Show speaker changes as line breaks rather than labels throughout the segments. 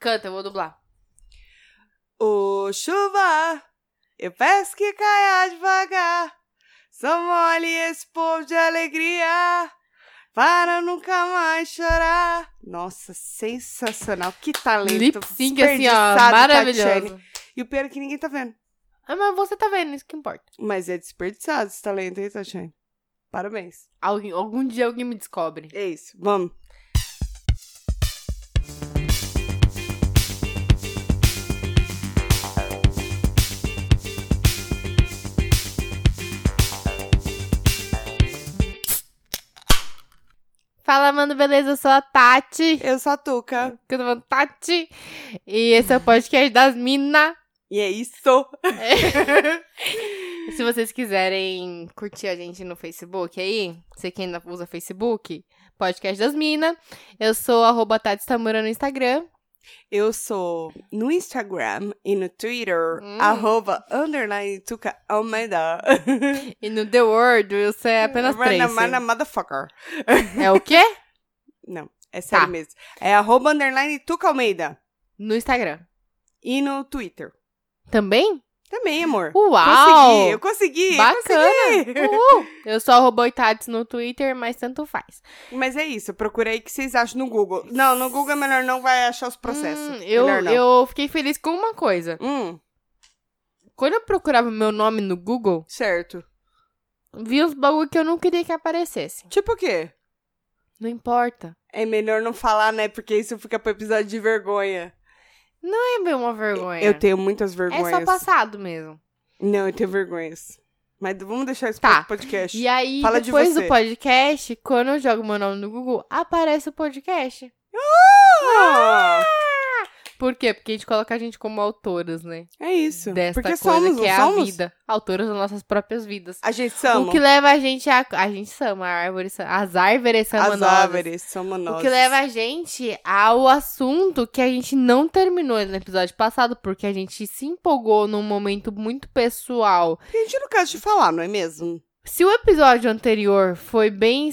Canta, eu vou dublar.
Ô chuva, eu peço que caia devagar. Só mole esse povo de alegria. Para nunca mais chorar. Nossa, sensacional. Que talento.
Lip sync assim, ó.
desperdiçado, Tatiane.
Maravilhoso.
E o pior é que ninguém tá vendo.
Ah, mas você tá vendo, isso que importa.
Mas é desperdiçado esse talento, hein, Tatiane? Parabéns.
Alguém, algum dia alguém me descobre.
É isso. Vamos.
Fala, mano, beleza? Eu sou a Tati.
Eu sou a Tuca.
Que eu tô falando Tati. E esse é o podcast das minas.
E é isso.
Se vocês quiserem curtir a gente no Facebook aí, você que ainda usa Facebook, Podcast das Minas. Eu sou arroba Tati Tamura no Instagram.
Eu sou no Instagram e no Twitter,
Hum.
arroba underline Tuca Almeida.
E no The World, você é apenas
Mana,
três.
mana, motherfucker.
É o quê?
Não, é sério
Tá.
mesmo. É arroba underline Tuca Almeida.
No Instagram.
E no Twitter. Também,
Também?
amor.
Uau!
Consegui, eu consegui.
Bacana!
eu consegui.
Uhul! Eu sou arroba Oitades no Twitter, mas tanto faz.
Mas é isso, procura aí o que vocês acham no Google. Não, no Google é melhor não, vai achar os processos.
Hum, eu,
melhor não.
eu fiquei feliz com uma coisa.
Hum,
Quando eu procurava meu nome no Google,
certo.
vi uns bagulho que eu não queria que aparecesse.
Tipo o quê?
Não importa.
É melhor não falar, né? Porque isso fica pro episódio de vergonha.
Não é bem uma vergonha.
Eu tenho assim. muitas
É
vergonhas.
só passado mesmo.
Não, eu tenho vergonhas. Mas vamos deixar isso
Tá.
pro podcast.
E aí,
Fala de
depois
você.
do podcast, quando eu jogo meu nome no Google, aparece o podcast.
Ah,
Por quê? Porque a gente coloca a gente como autoras, né?
é isso.
Desta
Porque
coisa
somos,
que
não
é a
somos?
vida. Autoras das nossas próprias vidas.
A gente somos.
O que leva a gente a. A gente sama, a árvore sama- As árvores são
As árvores somos nós.
O que leva a gente ao assunto que a gente não terminou no episódio passado, porque a gente se empolgou num momento muito pessoal.
Porque a gente não cansa de falar, não é mesmo?
Se o episódio anterior foi bem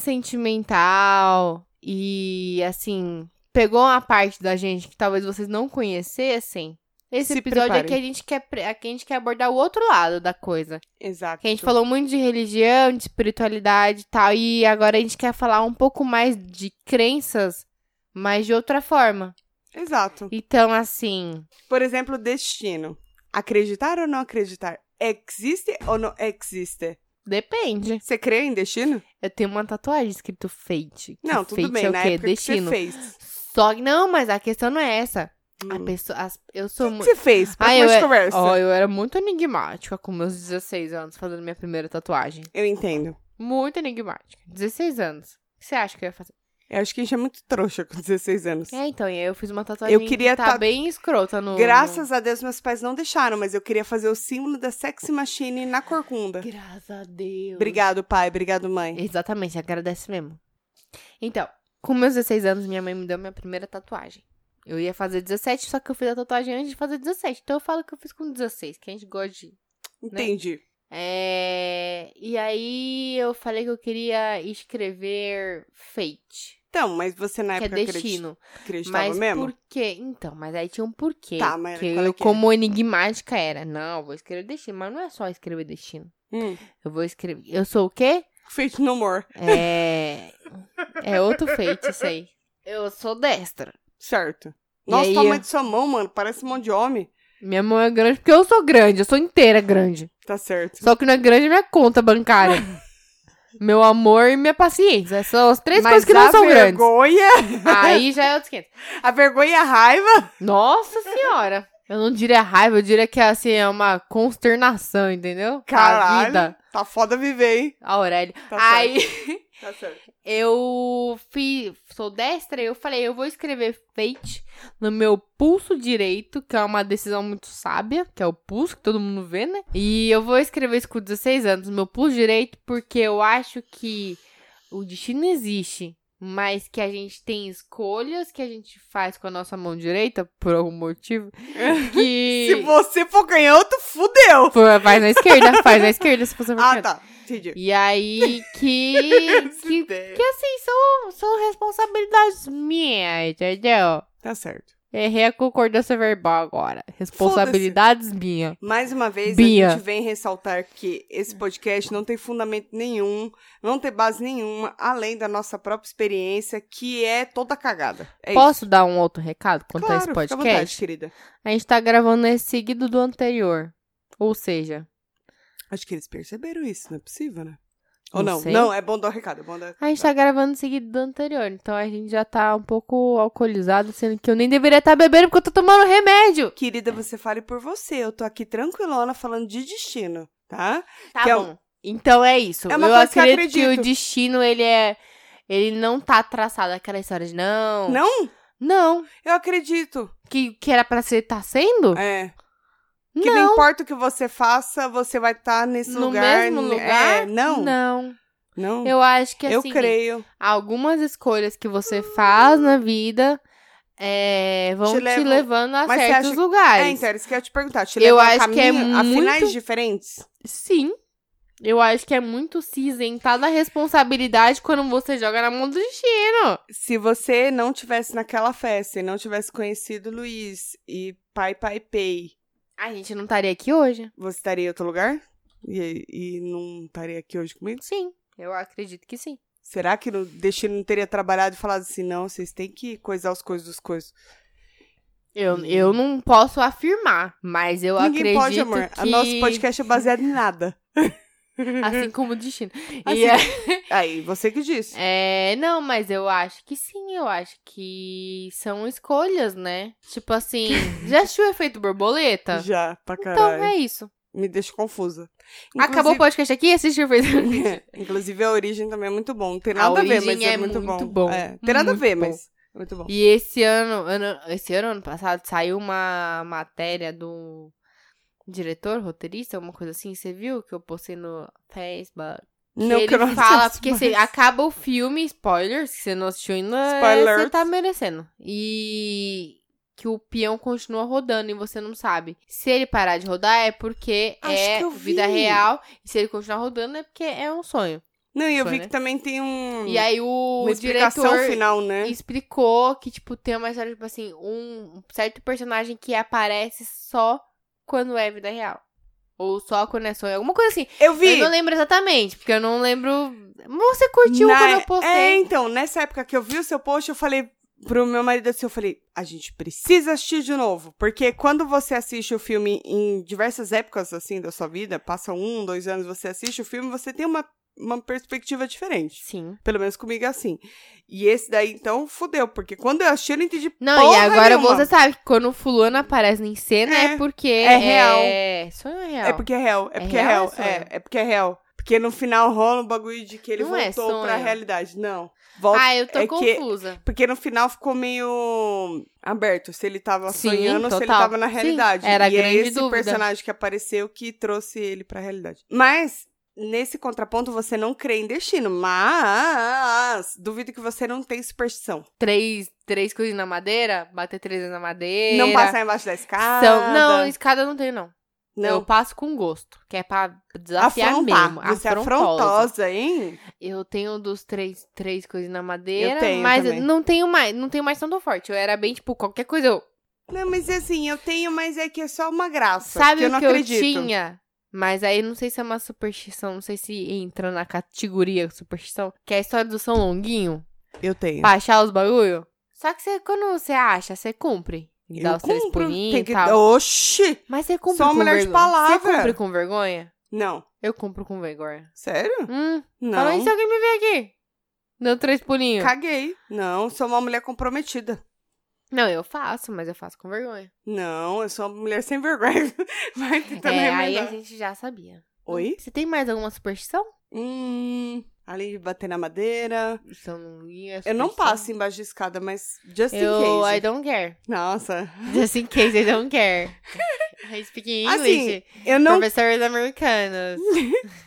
sentimental e assim, pegou uma parte da gente que talvez vocês não conhecessem, esse
Se
episódio
preparem.
é que a gente quer pre- é que a gente quer abordar o outro lado da coisa.
Exato.
Que a gente falou muito de religião, de espiritualidade e tal, e agora a gente quer falar um pouco mais de crenças, mas de outra forma.
Exato.
Então, assim,
Por exemplo, destino. Acreditar ou não acreditar? Existe ou não existe?
depende.
Você crê em destino?
Eu tenho uma tatuagem escrito fate. que
Não, tudo
fate
bem,
é o
na
quê?
época
Destino.
que você fez.
Só que não, mas a questão não é essa. A
Hum.
pessoa, as- eu
O
sou
que que
muito
você fez? Pra
Ah,
mais
eu, é-
conversa.
ó, eu era muito enigmática com meus 16 anos fazendo minha primeira tatuagem.
Eu entendo.
Muito enigmática. 16 anos. O que você acha que eu ia fazer?
Eu acho que a gente é muito trouxa com 16 anos.
É, então, e aí eu fiz uma tatuagem
Eu queria
que tá
ta-
bem escrota no...
Graças a Deus, meus pais não deixaram, mas eu queria fazer o símbolo da Sexy Machine na corcunda.
Graças a Deus. É, né?
Obrigado, pai. Obrigado, mãe.
Exatamente, agradece mesmo. Então, com meus 16 anos, minha mãe me deu minha primeira tatuagem. Eu ia fazer 17, só que eu fiz a tatuagem antes de fazer 17. Então eu falo que eu fiz com 16, que a gente gosta de
Entendi.
É... E aí eu falei que eu queria escrever fate,
Então, mas você na
que é
época acredi-
destino.
acreditava
Mas
mesmo?
por quê? Então, mas aí tinha um porquê.
Tá, mas
que
qual é
eu,
que é?
como enigmática era, não, vou escrever destino, mas não é só escrever destino.
Hum.
Eu vou escrever. Eu sou o quê?
Feito no more.
É. é outro fate isso aí. Eu sou destra.
Certo.
E
Nossa,
aí, é
toma
eu-
de sua mão, mano. Parece mão de homem.
Minha mão é grande porque eu sou grande, eu sou inteira grande.
Tá certo.
Só que não é grande minha conta bancária. Meu amor e minha paciência. Essas São as três coisas
Mas
que não
a
são grandes.
vergonha,
Aí já é outro esquenta.
A vergonha e a raiva.
Nossa senhora! Eu não diria raiva, eu diria que assim, é uma consternação, entendeu? A
Caralho.
vida.
Tá foda viver, hein?
A Aurélia.
Tá
Aí
certo. Tá certo.
eu fi- sou destra e eu falei, eu vou escrever fate no meu pulso direito, que é uma decisão muito sábia, que é o pulso que todo mundo vê, né? E eu vou escrever isso com 16 anos, no meu pulso direito, porque eu acho que o destino existe, mas que a gente tem escolhas que a gente faz com a nossa mão direita, por algum motivo, que...
Se você for canhoto, fudeu.
Pô, Faz na esquerda, faz na esquerda se você for
Ah,
canhoto.
tá. Entendi.
E aí que. que,
Ideia.
que assim, são, são responsabilidades minhas, entendeu?
Tá certo.
Errei a concordância verbal agora. Responsabilidades minha.
Mais uma vez,
Bia.
a gente vem ressaltar que esse podcast não tem fundamento nenhum, não tem base nenhuma, além da nossa própria experiência, que é toda cagada. É
Posso dar um outro recado
isso.
quanto a esse
Claro, fica à vontade,
podcast?
querida.
a gente tá gravando esse seguido do anterior. Ou seja,
Acho que eles perceberam isso, não é possível, né? Ou
Não
não?
sei.
Não, é bom dar o recado, é bom dar o
a gente
recado.
tá gravando seguido do anterior. Então a gente já tá um pouco alcoolizado, sendo que eu nem deveria estar bebendo porque eu tô tomando remédio.
Querida, você fale por você. Eu tô aqui tranquilona falando de destino, tá?
Tá
Que é
bom. Então é isso.
É uma
eu
coisa que eu
acredito que, o
acredito.
destino, ele é. Ele não tá traçado aquela história de não.
Não?
Não.
Eu acredito.
Que, que era pra ser, tá sendo?
É. Que
não.
não importa o que você faça, você vai estar nesse
No
lugar.
mesmo
né?
lugar?
É, não.
Não.
Não.
Eu acho que assim.
Eu creio.
algumas escolhas que você faz na vida é, vão
Te
te,
levam-
levando a
Mas você
certos
acha-
lugares.
É, então, era isso que eu ia te perguntar. Te
Eu
leva a
acho que é
caminho- a
muito-
finais diferentes?
Sim. Eu acho que é muito se isentar da responsabilidade quando você joga na mão do destino.
Se você não tivesse naquela festa e não tivesse conhecido Luiz e Pai Pai Pei,
A gente não estaria aqui hoje.
você estaria em outro lugar? E, e não estaria aqui hoje comigo?
Sim, eu acredito que sim.
Será que o destino não teria trabalhado e falado assim, não, vocês têm que coisar os coisas dos coisas?
Eu, eu não posso afirmar, mas eu
Hum. Ninguém
acredito
pode, amor.
que...
O nosso podcast é baseado em nada.
Assim como o destino. E
Assim-
é-
Aí, você que disse.
É, não, mas eu acho que sim, eu acho que são escolhas, né? Tipo assim, já assistiu o efeito borboleta?
Já, pra
Então
caralho.
é isso.
Me deixa confusa.
Acabou o podcast aqui e assistiu o efeito borboleta.
Inclusive, a origem também é muito bom. Não tem
A
nada a, ver,
Origem
mas é,
é
muito,
muito
bom.
bom.
É, tem nada a ver,
Muito
mas é muito bom.
E esse ano, ano, esse ano, ano passado, saiu uma matéria do diretor, roteirista, alguma coisa assim, você viu que eu postei no Facebook? Que ele
que eu
fala,
assisto,
porque
mas-
você acaba o filme, spoilers, que você não assistiu ainda,
Spoiler.
você tá merecendo. E que o peão continua rodando e você não sabe. Se ele parar de rodar é porque
Acho que
é
eu
vida
vi.
real, e se ele continuar rodando é porque é um sonho.
Não, e eu vi
né?
que também tem um...
E aí o
uma explicação
diretor
final, né?
explicou que, tipo, tem uma história, tipo assim, um certo personagem que aparece só quando é vida real. Ou só quando é sonho, alguma coisa assim.
Eu vi!
Eu não lembro exatamente, porque eu não lembro. Você curtiu
Na-
quando eu postei?
É, então, nessa época que eu vi o seu post, eu falei pro meu marido assim, eu falei, a gente precisa assistir de novo. Porque quando você assiste o filme em diversas épocas, assim, da sua vida, passa um, dois anos, você assiste o filme, você tem uma, uma perspectiva diferente.
Sim.
Pelo menos comigo é assim. E esse daí, então, fudeu. Porque quando eu achei, eu não entendi
Não, e
porra
agora
nenhuma.
você sabe que quando o fulano aparece em cena é,
É,
porque.
é real.
É sonho é real.
É porque é real. É
É
porque
real ou é
é real.
sonho?
É, é porque é real. Porque no final rola um bagulho de que ele
Não é
voltou pra
sonho.
realidade. Não. Volta
Ah, eu tô
é que-
confusa.
Porque no final ficou meio aberto se ele tava
Sim,
sonhando ou se ele
total.
tava na
Sim,
realidade.
era a
e é
grande
esse
dúvida.
personagem que apareceu que trouxe ele pra realidade. Mas, nesse contraponto, você não crê em destino, mas duvido que você não tem superstição.
Três, três coisas na madeira, bater três vezes na madeira.
Não passar embaixo da escada.
São... Não, escada eu não tenho, não. Eu
não.
passo com gosto, que é pra desafiar
Afrontar.
mesmo.
Você é
afrontosa.
afrontosa, hein?
Eu tenho dos três, três coisas na madeira,
Eu tenho
mas
também.
não tenho mais, não tenho mais tão forte. Eu era bem, tipo, qualquer coisa eu
Não, mas assim, eu tenho, mas é que é só uma graça.
Sabe
que eu
o
não
que
acredito.
eu tinha? Mas aí não sei se é uma superstição, não sei se entra na categoria superstição, que é a história do São Longuinho,
Eu tenho.
pra achar os bagulho. Só que você, quando você acha, você cumpre.
Eu
Dá os três
cumpro.
pulinhos
Tem
e
que...
tal.
Oxi!
Mas você cumpre
Sou uma
com
mulher de
vergonha. Você
palavra.
cumpre com vergonha?
Não.
Eu cumpro com vergonha.
Sério?
Hum,
Não.
fala aí se alguém me vê aqui. Deu três pulinhos.
Caguei. Não, sou uma mulher comprometida.
Não, eu faço, mas eu faço com vergonha.
Não, eu sou uma mulher sem vergonha. Vai tentando
é, aí
remendar.
a gente já sabia.
Oi?
Você tem mais alguma superstição?
Hum, além de bater na madeira.
São Longuinho é
Eu não
superstição.
passo embaixo de escada, mas just in
Eu, I
case.
don't care.
Nossa.
Just in case I don't care. I speak in English.
Assim, eu não,
Professores americanos.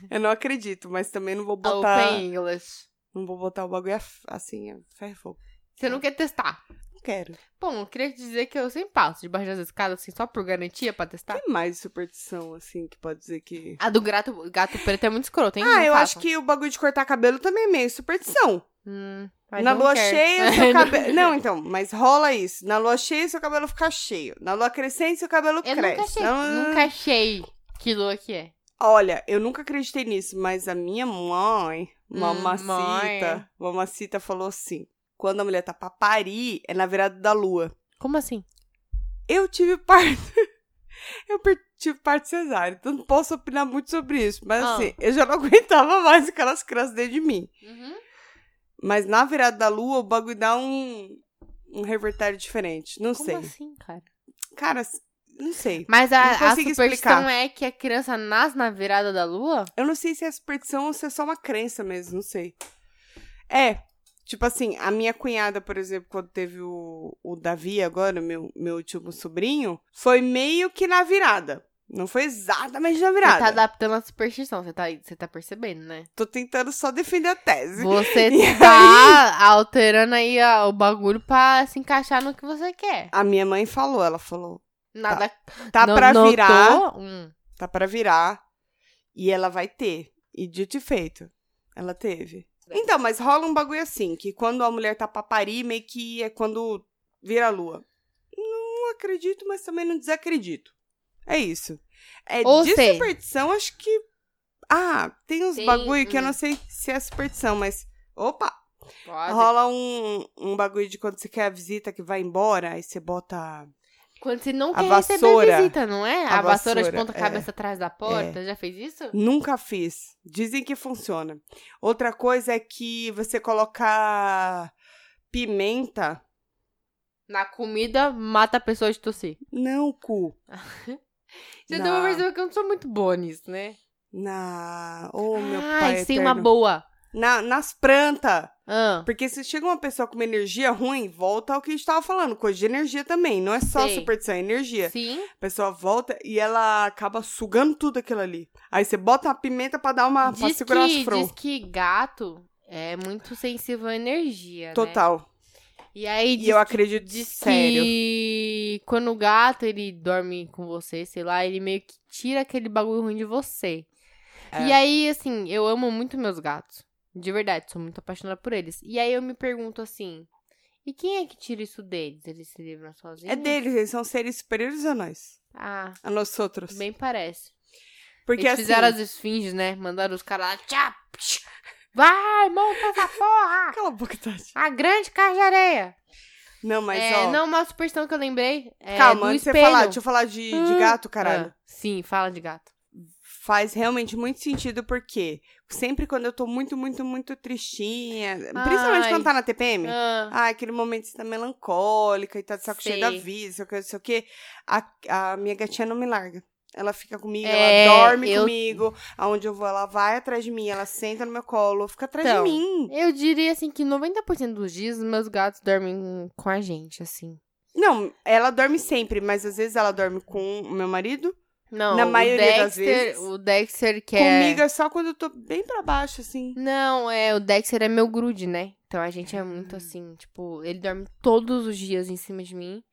eu não acredito, mas também não vou
Open
botar.
English.
Não vou botar o bagulho af- assim, é ferro e fogo.
Você não quer testar.
Não quero.
Bom, eu queria te dizer que eu sempre passo debaixo das escadas, assim, só por garantia pra testar.
Tem mais superstição, assim, que pode dizer que.
A do gato, gato preto é muito escroto, hein?
Ah,
Não
eu
façam.
acho que o bagulho de cortar cabelo também é meio superstição.
Hum, mas
na
não
lua
quero.
cheia, seu cabelo. Não, então, mas rola isso. Na lua cheia, seu cabelo fica cheio. Na lua crescente, seu cabelo
Eu
cresce. Ah.
nunca achei,
Não,
nunca achei que lua que é.
Olha, eu nunca acreditei nisso, mas a minha mãe,
Hum,
mamacita,
mãe.
mamacita falou assim: quando a mulher tá pra parir, é na virada da lua.
Como assim?
Eu tive parto. Eu per- tive parto cesárea, então não posso opinar muito sobre isso. Mas
Ah.
assim, eu já não aguentava mais aquelas crianças dentro de mim.
Uhum.
Mas na virada da lua, o bagulho dá um, um revertério diferente. Não
Como
sei.
assim, cara?
Cara, não sei.
Mas a,
Não
a
consigo
superstição
explicar.
é que a criança nasce na virada da lua?
Eu não sei se é superstição ou se é só uma crença mesmo, não sei. É, tipo assim, a minha cunhada, por exemplo, quando teve o, o Davi agora, meu, meu último sobrinho, foi meio que na virada. Não foi exatamente na
Você tá
virada.
adaptando a superstição, você tá, você tá percebendo, né?
Tô tentando só defender a tese.
Você
E
tá alterando aí a- o bagulho pra se encaixar no que você quer.
A minha mãe falou, ela falou,
Nada
tá
não-
pra
notou
virar,
um.
tá pra virar, e ela vai ter. E dito e feito, ela teve. Então, mas rola um bagulho assim, que quando a mulher tá pra parir, meio que é quando vira a lua. Não acredito, mas também não desacredito. É isso. É
Ou
de
seja-
superstição, acho que... Ah, tem uns
Tem-
bagulho que eu
hum.
não sei se é superstição, mas... Opa,
Pode.
rola um, um bagulho de quando você quer a visita que vai embora, aí você bota...
Quando você não
a
quer
vassoura.
receber visita, não é? A,
A
vassoura, de
vassoura, É.
ponta cabeça atrás da porta. Já fez isso?
Nunca fiz. Dizem que funciona. Outra coisa é que você colocar pimenta.
Na comida, mata a pessoa de tossir.
Não, cu.
Você
Na-
deu pra perceber que eu não sou muito boa nisso, né?
Na. Oh, meu
Ai,
pai.
sim,
eterno.
uma boa.
Na, nas plantas.
Ah,
Porque se chega uma pessoa com uma energia ruim, volta ao que a gente tava falando. Coisa de energia também. Não é só
Sim.
superstição, é energia.
sim.
A pessoa volta e ela acaba sugando tudo aquilo ali. Aí você bota uma pimenta pra dar uma. pra
diz,
segurar
que,
Ah, as frontas.
diz que gato é muito sensível à energia, né?
Total.
E aí diz
E eu acredito de
Diz
sério.
que quando o gato ele dorme com você, sei lá, ele meio que tira aquele bagulho ruim de você.
É.
E aí, assim, eu amo muito meus gatos. De verdade, sou muito apaixonada por eles. E aí eu me pergunto assim: e quem é que tira isso deles? Eles se livram sozinhos?
É deles, eles são seres superiores a nós.
Ah,
A nós outros.
bem parece.
Porque
eles
assim,
fizeram as esfinges, né? Mandaram os caras lá. Tchá, psh, vai, monta essa porra!
Ah, Cala a boca, Tati.
A grande caixa de areia.
Não, mas
é,
ó.
não, uma superstição que eu lembrei. É,
calma,
do
antes de você
espelho.
falar, deixa eu falar de, de
Ah,
gato, caralho.
Ah, sim, fala de gato.
Faz realmente muito sentido, porque sempre quando eu tô muito, muito, muito tristinha, principalmente
Ai.
quando tá na TPM,
Ah,
ah, aquele momento que você tá melancólica e tá de saco cheio da
Sei.
vida, sei o que, sei o que, a, a minha gatinha não me larga. Ela fica comigo,
É,
ela dorme
eu-
comigo, aonde eu vou, ela vai atrás de mim, ela senta no meu colo, fica atrás
Então,
de mim.
eu diria assim que 90% dos dias meus gatos dormem com a gente, assim.
Não, ela dorme sempre, mas às vezes ela dorme com o meu marido,
Não,
Na
o
maioria das
Dexter,
vezes.
o Dexter que
Comigo
é
é só quando eu tô bem pra baixo, assim.
Não, é, o Dexter é meu grude, né? Então a gente é
Hum.
muito assim, tipo, ele dorme todos os dias em cima de mim.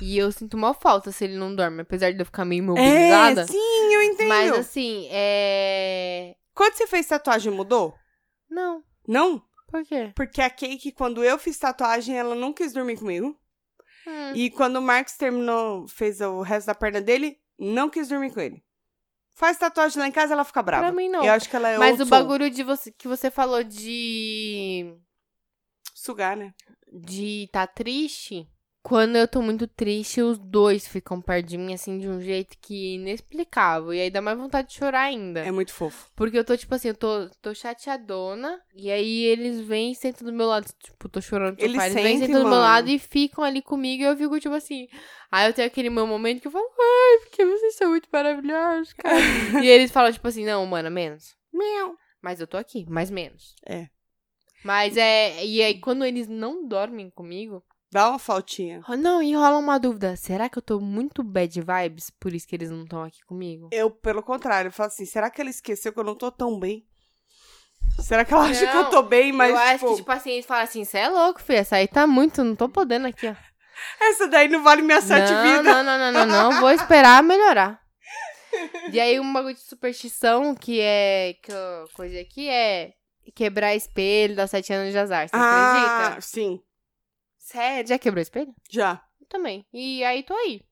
E eu sinto uma falta se ele não dorme, apesar de eu ficar meio mobilizada.
É, sim, eu entendo.
mas assim, é.
Quando você fez tatuagem, mudou?
Não,
Não?
por quê?
Porque a Cake, quando eu fiz tatuagem, ela não quis dormir comigo.
Hum.
E quando o Marcos terminou, fez o resto da perna dele, não quis dormir com ele. Faz tatuagem lá em casa, ela fica brava.
Pra mim, não.
Eu acho que ela é
Mas
old
o
soul.
bagulho de você que você falou de
Sugar, né?
de tá triste, quando eu tô muito triste, os dois ficam perto de mim assim de um jeito que é inexplicável e aí dá mais vontade de chorar ainda.
É muito fofo.
Porque eu tô tipo assim, eu tô, tô chateadona e aí eles vêm e sentam do meu lado, tipo, tô chorando no
Eles
sofá, eles vêm e
sentem,
sentam do meu
mano.
lado e ficam ali comigo e eu fico tipo assim. Aí eu tenho aquele meu momento que eu falo: "Ai, porque vocês são muito maravilhosos, cara". e eles falam tipo assim: "Não, mana, menos".
Meu.
Mas eu tô aqui, mais menos.
É.
Mas é. E aí, quando eles não dormem comigo.
Dá uma faltinha.
ro- Não, e rola uma dúvida. Será que eu tô muito bad vibes? Por isso que eles não estão aqui comigo?
Eu, pelo contrário, eu falo assim, será que ela esqueceu que eu não tô tão bem? Será que ela acha que eu
Não,
tô bem, mas,
eu acho
tipo,
que, tipo assim, eles falam assim: você é louco, filha. Essa aí tá muito, não tô podendo aqui, ó.
essa é daí não vale minha sete
não,
vidas.
Não, não, não, não, não. Vou esperar melhorar. E aí, um bagulho de superstição que é. Que eu coisa aqui é. quebrar espelho dá sete anos de azar. Você
ah, é?
acredita?
sim.
Sério? Já quebrou espelho?
Já.
Eu também. E aí tô aí.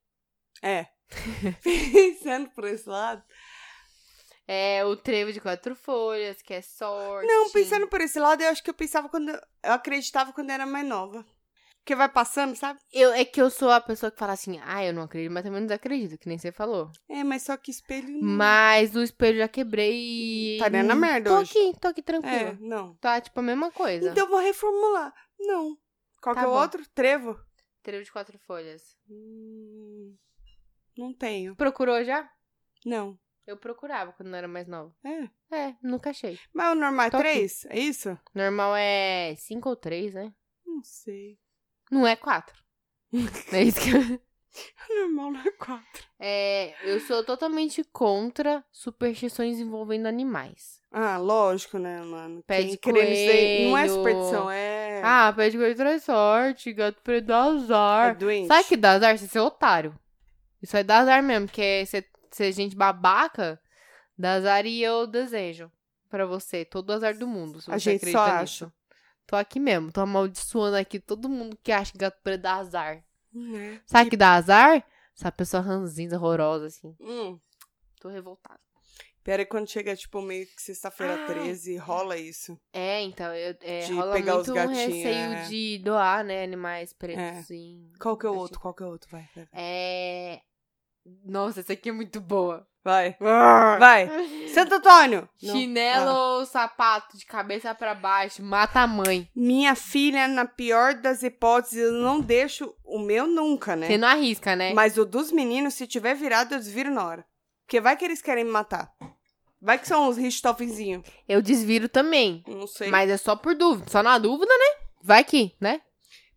É. Pensando por esse lado.
É o trevo de quatro folhas, que é sorte.
Não, pensando por esse lado, eu acho que eu pensava quando. Eu acreditava quando eu era mais nova. Porque vai passando, sabe?
Eu, é que eu sou a pessoa que fala assim, ah, eu não acredito, mas também não desacredito, que nem você falou.
É, mas só que espelho. não-
Mas o espelho já quebrei e...
Tá dando a merda
Tô
hoje.
aqui, tô aqui tranquila.
É, não.
Tá, tipo, a mesma coisa.
Então eu vou reformular. Não. Qual
Tá
que é o
bom.
outro? Trevo?
Trevo de quatro folhas.
Hum, não tenho.
Procurou já?
Não.
Eu procurava quando eu era mais nova.
É.
É, nunca achei.
Mas o normal é
Tô aqui.
três? É isso?
Normal é cinco ou três, né?
Não sei.
Não é quatro. é isso que eu...
Normal não é quatro.
É, eu sou totalmente contra superstições envolvendo animais.
Ah, lógico, né, mano?
Pé
Quem
de
crê nisso daí- Não é
coelho.
superstição, é.
Ah, pé de coelho traz sorte, gato preto dá
é
azar.
doente.
Sabe que dá azar? Você ser otário. Isso aí dá azar mesmo, porque você ser gente babaca, dá azar e eu desejo pra você todo o azar do mundo, se
A
você
gente
acredita
só
nisso. Tô aqui mesmo, tô amaldiçoando aqui todo mundo que acha que gato preto dá azar.
Né?
Sabe que dá azar? Essa pessoa ranzinza, horrorosa, assim.
Hum.
Tô revoltada.
Pera, aí, quando chega, tipo, meio que sexta-feira
Ah.
13, rola isso.
É, então, eu, é,
De
rola
pegar os
muito um
gatinhos,
receio
né?
de doar, né, animais pretos em...
Qual que é o
Acho-
outro? Qual que é o outro? Vai, vai.
É... Nossa, essa aqui é muito boa.
Vai.
Ah.
Vai. Santo Antônio! Não.
Chinelo
Ah.
ou sapato de cabeça pra baixo, mata a mãe.
Minha filha, na pior das hipóteses, eu não deixo o meu nunca, né?
Você não arrisca, né?
Mas o dos meninos, se tiver virado, eu desviro na hora. Porque vai que eles querem me matar. Vai que são uns Richtoffenzinhos.
Eu desviro também.
Não sei.
Mas é só por dúvida. Só na dúvida, né? Vai que, né?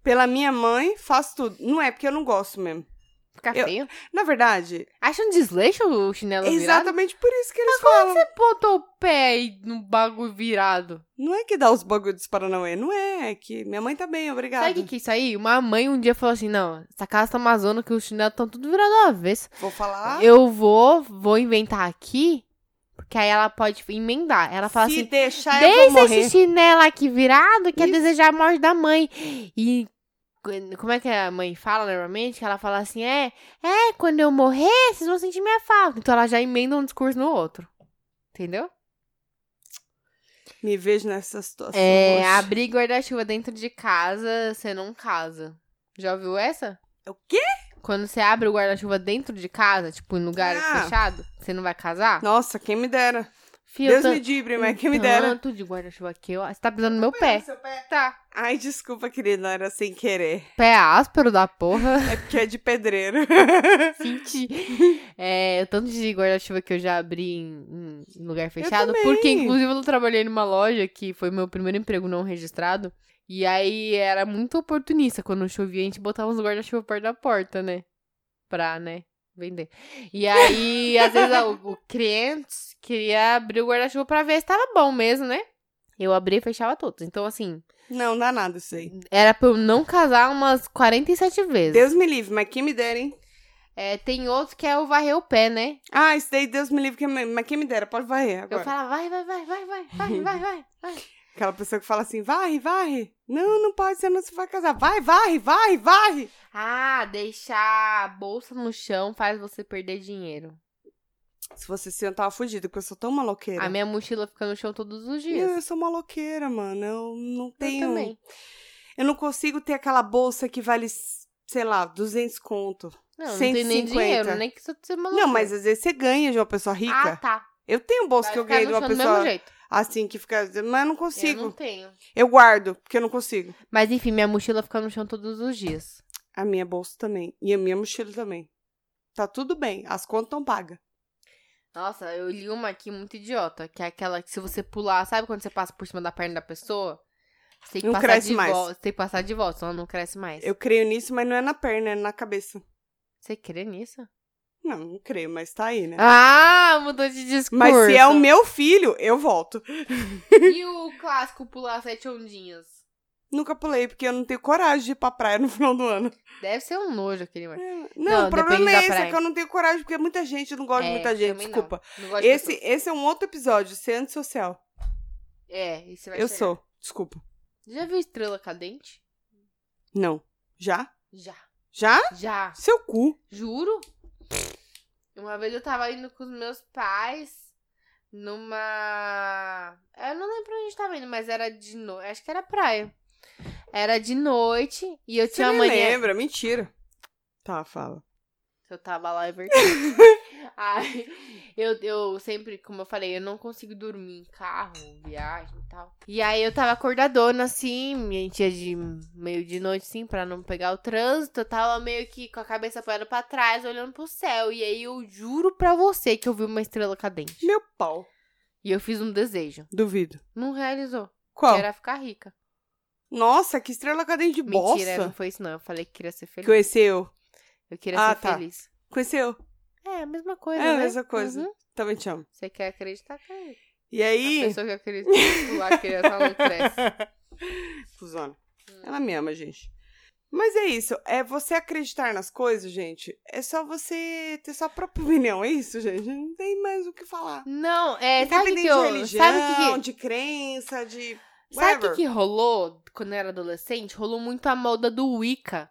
Pela minha mãe, faço tudo. Não é porque eu não gosto mesmo.
Fica
Eu-
feio.
Na verdade,
Acha um desleixo o chinelo
é
virado?
exatamente por isso que eles falam.
Você botou o pé aí no bagulho virado.
Não é que dá os bagulhos dos Paranauê. Não é, é que minha mãe tá bem, obrigada.
Sabe o que, que é isso aí? Uma mãe um dia falou assim, não, essa casa tá uma zona que os chinelos estão tudo virado ao avesso.
Vou falar.
Eu vou, vou inventar aqui, porque aí ela pode emendar. Ela fala
Se
assim,
deixar, eu vou
Deixa
morrer.
esse chinelo aqui virado que é
Isso.
desejar a morte da mãe. E qu- como é que a mãe fala normalmente? Que ela fala assim: é, é, quando eu morrer, vocês vão sentir minha falta. Então ela já emenda um discurso no outro. Entendeu?
Me vejo nessa situação.
É,
hoje.
abrir guarda-chuva dentro de casa, você não casa. Já ouviu essa?
O quê?
Quando você abre o guarda-chuva dentro de casa, tipo, em lugar
Ah.
fechado, você não vai casar?
Nossa, quem me dera.
Fio,
Deus
tan-
me dibre, mas quem me
um
dera.
Tanto de guarda-chuva aqui, ó. Você tá pisando no meu pé. Tá.
Ai, desculpa, querida, era sem querer.
Pé áspero da porra.
É porque é de pedreiro.
Senti. É, o tanto de guarda-chuva que eu já abri em, em lugar fechado.
também.
Porque, inclusive, eu trabalhei numa loja que foi meu primeiro emprego não registrado. E aí era muito oportunista. Quando chovia, a gente botava uns guarda-chuva perto da porta, né? Pra, né? Vender. E aí, às vezes, a- o, o cliente queria abrir o guarda-chuva pra ver se tava bom mesmo, né? Eu abria e fechava todos. Então, assim,
Não, dá nada isso aí.
era pra eu não casar umas 47 vezes.
Deus me livre, mas quem me dera, hein?
É, tem outro que é o varrer o pé, né?
Ah, isso daí, Deus me livre, que- mas quem me dera, pode varrer
Eu
agora.
falava, vai, vai, vai, vai, vai, vai, vai, vai, vai.
Aquela pessoa que fala assim, varre, varre. Não, não pode, você não se vai casar. Vai, varre, varre, varre.
Ah, deixar a bolsa no chão faz você perder dinheiro.
Se você se eu tava fugido, porque eu sou tão maloqueira.
A minha mochila fica no chão todos os
Não,
dias.
eu sou maloqueira, mano. Eu não
Eu
tenho...
também.
Eu não consigo ter aquela bolsa que vale, sei lá, 200 conto.
Não, não tem nem
150.
dinheiro, nem que isso seja maluco.
Não, mas às vezes você ganha de uma pessoa
Ah,
rica.
tá.
Eu tenho um bolso
Vai
que eu
ficar
ganhei de
no
uma
chão do mesmo
pessoa
jeito.
assim que fica. Mas eu não
Eu
consigo. Eu,
não tenho.
guardo, porque eu não consigo.
Mas enfim, minha mochila fica no chão todos os dias.
A minha bolsa também. E a minha mochila também. Tá tudo bem. As contas estão pagas.
Nossa, eu li uma aqui muito idiota, que é aquela que se você pular, sabe quando você passa por cima da perna da pessoa? Você tem que
Não
passar
cresce
de
mais.
volta. Você tem que passar de volta, senão ela não cresce mais.
Eu creio nisso, mas não é na perna, é na cabeça.
Você crê nisso?
Não, não creio, mas tá aí, né?
Ah, mudou de discurso.
mas se é o meu filho, eu volto.
E o clássico pular sete ondinhas?
Nunca pulei, porque eu não tenho coragem de ir pra praia no final do ano.
Deve ser um nojo aquele mar.
Não,
Não,
o problema
depende da
é esse, é
praia.
que eu não tenho coragem, porque muita gente, eu não gosto de
É,
muita gente,
também não.
desculpa.
Não gosto de
Esse,
pessoas.
esse é um outro episódio, ser antissocial.
É, e você vai
Eu
chegar.
sou. Desculpa.
Já viu Estrela Cadente?
Não. Já?
Já.
Já?
Já.
Seu cu.
Juro? Uma vez eu tava indo com os meus pais numa. Eu não lembro onde a gente tava indo, mas era de noite. Acho que era praia. Era de noite e eu
Você
tinha
nem
mania.
lembra, mentira. Tá, fala.
Eu tava lá, é verdade. Ai, eu, eu sempre, como eu falei, eu não consigo dormir em carro, viagem e tal. E aí eu tava acordadona, assim, minha tia de meio de noite, assim, pra não pegar o trânsito. Eu tava meio que com a cabeça apoiada pra trás, olhando pro céu. E aí eu juro pra você que eu vi uma estrela cadente.
Meu pau.
E eu fiz um desejo.
Duvido.
Não realizou.
Qual?
Que era ficar rica.
Nossa, que estrela cadente de
Mentira, não
bosta.
foi isso não. Eu falei que queria ser feliz.
Conheceu.
Eu queria
Ah,
ser
tá.
feliz.
Conheceu.
É, a mesma coisa,
É a
né?
mesma coisa.
Uhum.
Também te amo.
Você quer acreditar, Tá acredita.
E
A
aí.
pessoa que acredita lá, criança ela não cresce.
Cusona.
Hum.
Ela me ama, gente. Mas é isso. É você acreditar nas coisas, gente. É só você ter sua própria opinião. É isso, gente. Não tem mais o que falar.
Não, é, sabe o que
Independente
que eu,
de religião,
sabe o que que,
de crença,
sabe
de.
o que
whatever.
que rolou quando eu era adolescente? Rolou muito a moda do Wicca.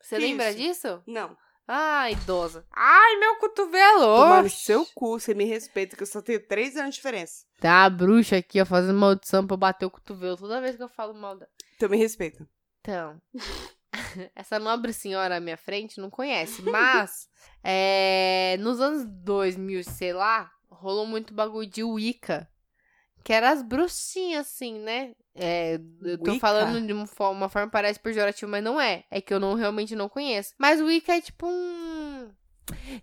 Você
Que
lembra
isso?
disso?
Não.
Ai, idosa. Ai, meu cotovelo.
Tomar no
oxe.
seu cu, você me respeita, que eu só tenho três anos de diferença.
Tá, a bruxa aqui, ó, fazendo maldição pra eu bater o cotovelo toda vez que eu falo mal da...
Então me respeita.
Então, essa nobre senhora à minha frente não conhece, mas é, nos anos 2000, sei lá, rolou muito bagulho de Wicca, que era as bruxinhas, assim, né? É, eu tô
Wicca?
falando de uma forma, uma forma que parece pejorativa, mas não é. É que eu não realmente não conheço. Mas Wicca é tipo um...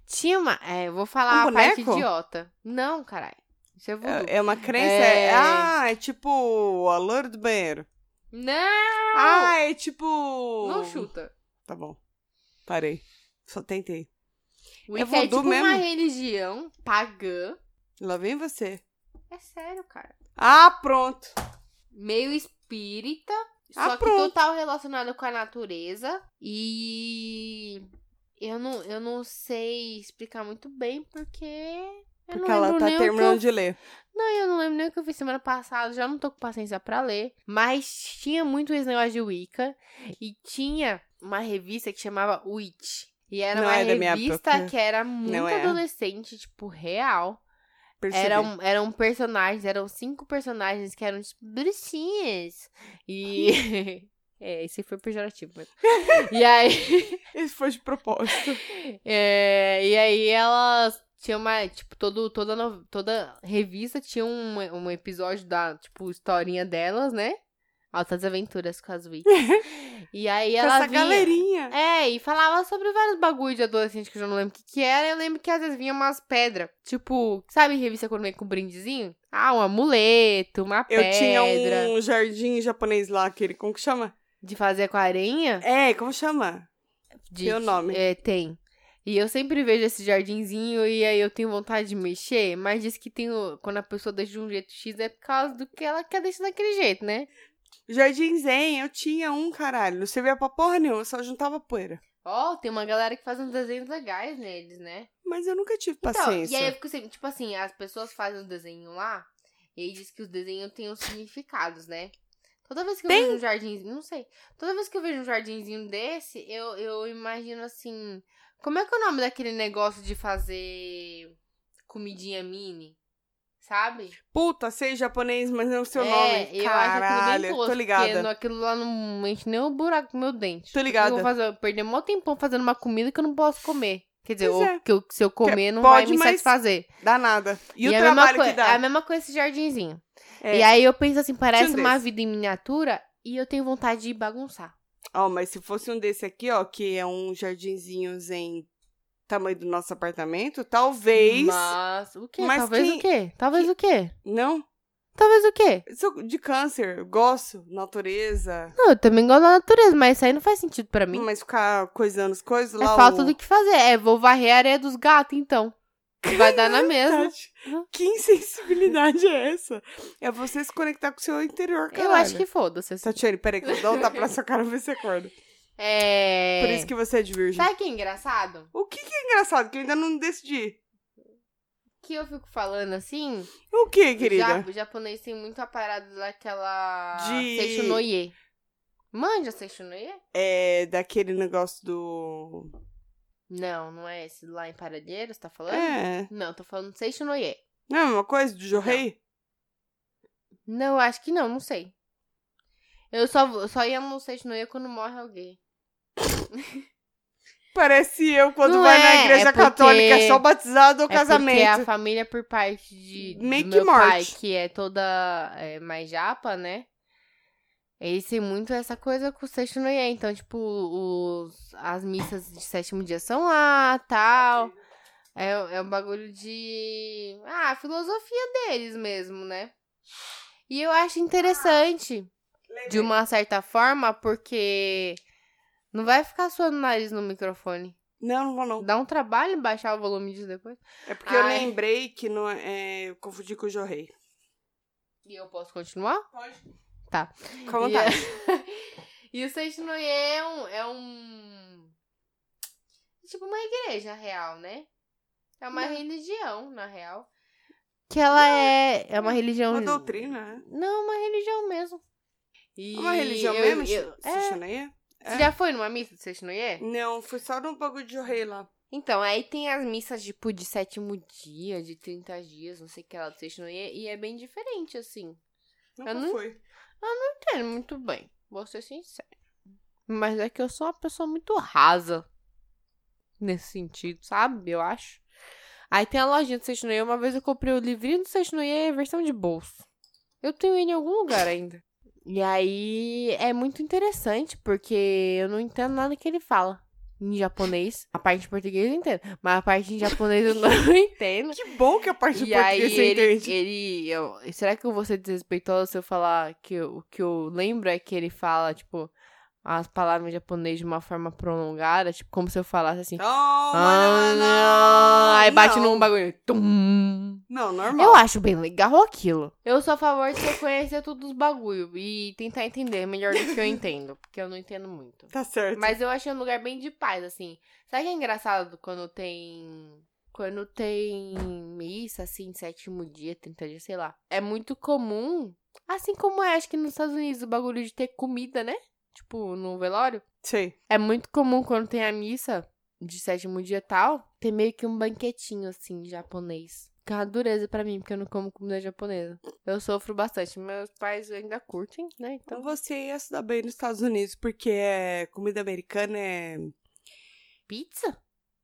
Tinha uma... É, eu vou falar
Um
a parte
boneco?
idiota. Não, caralho. Isso é voodoo.
É é uma crença?
É.
é- Ah, é tipo a loira do banheiro.
Não,
Ah, é tipo.
não chuta.
Tá bom. Parei. Só tentei.
Wicca é,
voodoo
tipo uma
mesmo?
religião pagã.
Lá vem você.
É sério, cara.
Ah, pronto.
Meio espírita, só
Ah,
que
pronto.
total relacionado com a natureza. E eu não, eu não sei explicar muito bem porque. Eu
Porque
não
ela
lembro
tá
nem o que eu
terminando de ler.
Não, eu não lembro nem o que eu fiz semana passada, já não tô com paciência pra ler. Mas tinha muito esse negócio de Wicca. E tinitha uma revista que chamava Witch. E era
Não
uma
é da minha
revista
época.
que era muito
é.
adolescente, tipo, real.
Percebi.
Eram, eram personagens, eram cinco personagens que eram tipo, bruxinhas. E. é, esse foi pejorativo mesmo. e aí.
Isso foi de propósito.
é, e aí elas. tinham uma. Tipo, todo, toda, no- toda revista tinha um, um episódio da, tipo, historinha delas, né? Altas aventuras com as Wicks. e aí
Com
ela
essa
vinha-
galerinha.
é, e falava sobre vários bagulho de adolescente que eu já não lembro o que que era. Eu lembro que às vezes vinha umas pedras. Tipo, sabe revista quando vem com brindezinho? Ah, um amuleto, uma
Eu
É pedra.
tinha um jardim japonês lá, aquele. Como que chama?
De fazer com a areinha?
É, como chama?
De,
Tem o nome.
É, tem. E eu sempre vejo esse jardinzinho e aí eu tenho vontade de mexer, mas diz que tem o- quando a pessoa deixa de um jeito X é por causa do que ela quer deixar daquele jeito, né?
Jardim Zen, eu tinha um, caralho. Não servia pra porra nenhuma, eu só juntava poeira.
Ó, tem uma galera que faz uns desenhos legais neles, né?
Mas eu nunca tive
Então,
paciência.
e aí eu fico sempre, tipo assim, as pessoas fazem um desenho lá, e aí diz que os desenhos têm os significados, né? Toda vez que eu vejo um jardinzinho, não sei. Toda vez que eu vejo um jardinzinho desse, eu, eu imagino assim. Como é que é o nome daquele negócio de fazer comidinha mini? Sabe?
Puta, sei japonês, mas não sei o
é,
nome.
Eu acho aquilo
Caralho,
bem
tô
tosco,
ligada.
porque no- aquilo lá não enche nem o buraco do meu dente.
Tô
Por que
ligada.
Eu vou fazer, eu perder mó tempão fazendo uma comida que eu não posso comer. Quer dizer,
Pois
ou
é.
que eu- se eu comer, não vai
pode,
me
mas-
satisfazer.
Dá nada. E, o
é a mesma
trabalho
coi-
que dá.
É a mesma coisa esse jardinzinho.
É.
E aí eu penso assim, parece
Tinha um
uma
desse.
vida em miniatura e eu tenho vontade de bagunçar.
Ó, mas se fosse um desse aqui, ó, que é um jardinzinho em tamanho do nosso apartamento, talvez.
Mas o quê?
Mas
Talvez
quem-
o quê? Talvez o quê?
Não?
Talvez o quê?
Eu sou de câncer, eu gosto, natureza.
Não, eu também gosto da natureza, mas isso aí não faz sentido pra mim.
Mas ficar coisando as coisas
É
lá.
falta
o...
do que fazer. É, vou varrer a areia dos gatos, então. Vai dar
Tá
na mesma.
Tati,
Uhum.
Que insensibilidade é essa? É você se conectar com o seu interior, cara.
Eu acho que foda-se. assim.
Tatiane, peraí, que eu vou dar um tapa na sua cara pra ver se acorda.
É.
Por isso que você é de virgem.
Sabe o que é engraçado?
O que, que é engraçado? Que eu ainda não decidi.
que eu fico falando assim,
O que,
já,
querida?
o japonês tem muito a parada daquela
De-
Seishunoye. Manja Seishunoye?
É daquele negócio do.
Não, não é esse lá em Paradeiros, tá falando?
É.
Não, tô falando Seishunoye.
Não é a mesma coisa do Jorrei?
Não, acho que não, não sei. Eu só, eu só ia no Seishunoye quando morre alguém.
Parece eu quando
Não
vai na
é,
igreja
é porque-
católica, é só batizado ou
É
casamento.
porque a família por parte de do
Meio que
meu pai,
morte.
que é toda é, mais japa, né? Eles têm muito essa coisa com o sexto noie. Então, tipo, os, as missas de sétimo dia são lá, tal. É, é um bagulho de... Ah, a filosofia deles mesmo, né? E eu acho interessante, de uma certa forma, porque... Não vai ficar suando o nariz no microfone.
Não, não vou não.
Dá um trabalho baixar o volume disso depois.
É porque eu
Ai.
lembrei que não é, eu confundi com o Jorrei.
E eu posso continuar?
Pode.
Tá.
Com vontade.
E, e o Seixo Noé é um, é um- Tipo uma igreja real, né? É uma
Não.
religião, na real. Que ela é. É uma religião.
Uma doutrina, né?
Não, uma religião mesmo.
É uma religião
eu-
mesmo,
eu-
Xuxa-
é.
Xuxa, né?
Você já foi numa missa do Seixo Noé?
Não, foi só num bagulho de Jorrei lá.
Então, aí tem as missas, tipo, de sétimo dia, de 30 dias, não sei o que lá do Seixo Noé. E é bem diferente, assim.
Nunca
Eu não-
foi.
entendo muito bem, vou ser sincera. Mas é que eu sou uma pessoa muito rasa nesse sentido, sabe? Eu acho. Aí tem a lojinha do Seixinoye. Uma vez eu comprei o livrinho do Seixinoye, versão de bolso. Eu tenho ele em algum lugar ainda. E aí é muito interessante, porque eu não entendo nada que ele fala. Em japonês, a parte em português eu entendo, mas a parte em japonês eu não entendo.
Que bom que a parte
E
de português
aí
você
ele,
entende.
ele eu- será que eu vou ser desrespeitosa se eu falar que eu- o que eu lembro é que ele fala, tipo, as palavras em japonês de uma forma prolongada, tipo, como se eu falasse assim.
Não,
"Ah,
não,
não", aí bate
não.
num bagulho. tum.
Não, normal.
Eu acho bem legal aquilo. Eu sou a favor de você conhecer todos os bagulho e tentar entender melhor do que eu entendo, porque eu não entendo muito.
Tá certo.
Mas eu achei um lugar bem de paz, assim. Sabe o que é engraçado quando tem. Quando tem missa, assim, sétimo dia, 30 dias, sei lá. É muito comum. Assim como é, acho que nos Estados Unidos, o bagulho de ter comida, né? Tipo, no velório.
Sei.
É muito comum quando tem a missa de sétimo dia e tal, ter meio que um banquetinho, assim, japonês. Que é uma dureza pra mim, porque eu não como comida japonesa. Eu sofro bastante. Meus pais ainda curtem, né? Então.
Então você ia se dar bem nos Estados Unidos, porque é, comida americana é,
Pizza?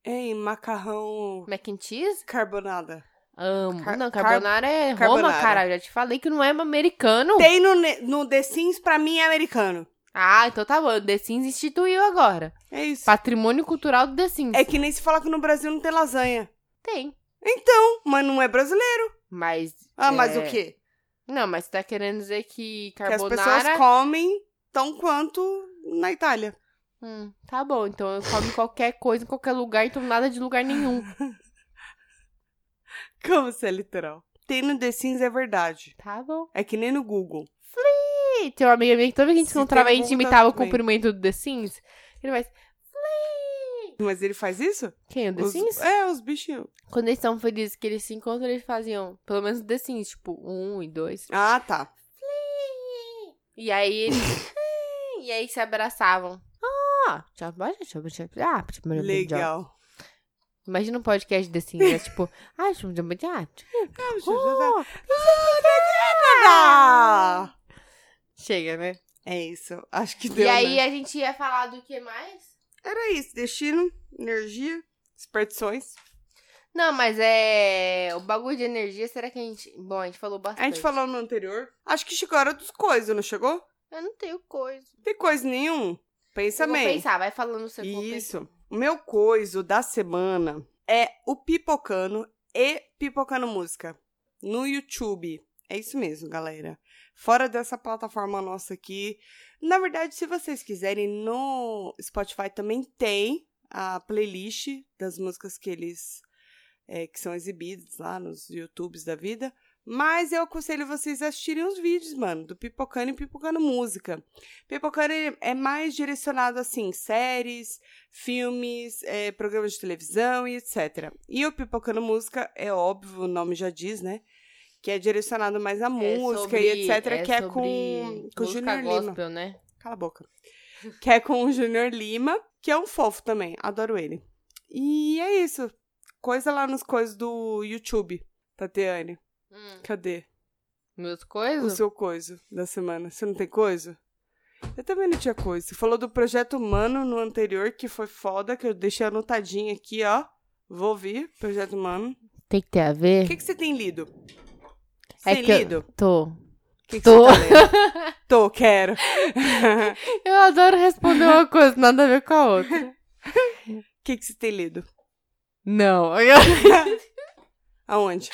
é em macarrão
Mac and cheese?
carbonada.
Amo.
Car-
não,
car-
carbonara é Roma,
carbonara.
cara. Já te falei que não é americano.
Tem no, ne- no The Sims, pra mim, é americano.
Ah, então tá bom. The Sims instituiu agora.
É isso.
Patrimônio cultural do The Sims.
É que nem se fala que no Brasil não tem lasanha.
Tem.
Então, mas não é brasileiro.
Mas.
Ah, mas
é,
o quê?
Não, mas você tá querendo dizer que
Que as
carbonara.
pessoas comem tão quanto na Itália.
Hum, tá bom, então eu como qualquer coisa em qualquer lugar, então nada de lugar nenhum.
Como isso é literal? Tem no The Sims é verdade.
Tá bom.
É que nem no Google.
Ih, tem uma amiga minha que toda vez que a gente
Se
se encontrava, a
tem
gente
algum, tá
imitava o
tudo bem.
cumprimento do The Sims. Ele vai.
Mas ele faz isso?
Quem? O The
Os-
Sims?
É, os bichinhos.
Quando eles são felizes que eles se encontram, eles faziam, pelo menos The Sims, tipo, um e dois.
Ah, tá.
E aí eles. e aí se abraçavam. Ah, tchau, bora, tchau, tchau, tchau. Ah, tchau, tchau, tchau.
Legal.
Imagina um podcast The Sims, é tipo, ah, tchau, tchau, tchau, tchau.
Ah,
Oh,
ah!
Chega, né?
É isso. Acho que deu.
E aí é
né?
a gente ia falar do que mais?
Era isso. Destino, energia, superstições.
Não, mas é. O bagulho de energia, será que a gente. Bom, a gente falou bastante.
A gente falou no anterior. Acho que chegou a hora dos coisas, não chegou?
Eu não tenho coisa.
Tem coisa nenhum. Pensa
Eu vou
bem.
pensar, vai falando seu
Isso. O meu coiso da semana é o Pipocano e Pipocano Música no YouTube. É isso mesmo, galera. Fora dessa plataforma nossa aqui. Na verdade, se vocês quiserem, no Spotify também tem a playlist das músicas que eles. é, que são exibidas lá nos YouTubes da vida. Mas eu aconselho vocês a assistirem os vídeos, mano, do Pipocano e Pipocano Música. Pipocano ele é mais direcionado, assim, séries, filmes, eh, programas de televisão e etc. E o Pipocano Música, é óbvio, o nome já diz, né? Que é direcionado mais à música
é sobre-
e etc. que é
sobre
com, com
música
o Junior Lima.
gospel, né?
Cala a boca. Que é com o Junior Lima, que é um fofo também. Adoro ele. E é isso. Coisa lá nos coisas do YouTube, Tatiane.
Hum.
Cadê
Meus
o
coisas?
seu coisa da semana? Você não tem coisa? Eu também não tinha coisa. Você falou do projeto humano no anterior, que foi foda, que eu deixei anotadinho aqui, ó. Vou ouvir, projeto humano.
Tem que ter a
O
ver?
que, que você tem lido? Você
É
tem
que eu-
lido?
Tô.
O que, que
Tô.
você tá lendo? Tô, quero. O
Eu adoro responder uma coisa, nada a ver com a outra.
que, que você tem lido?
Não, eu
Aonde?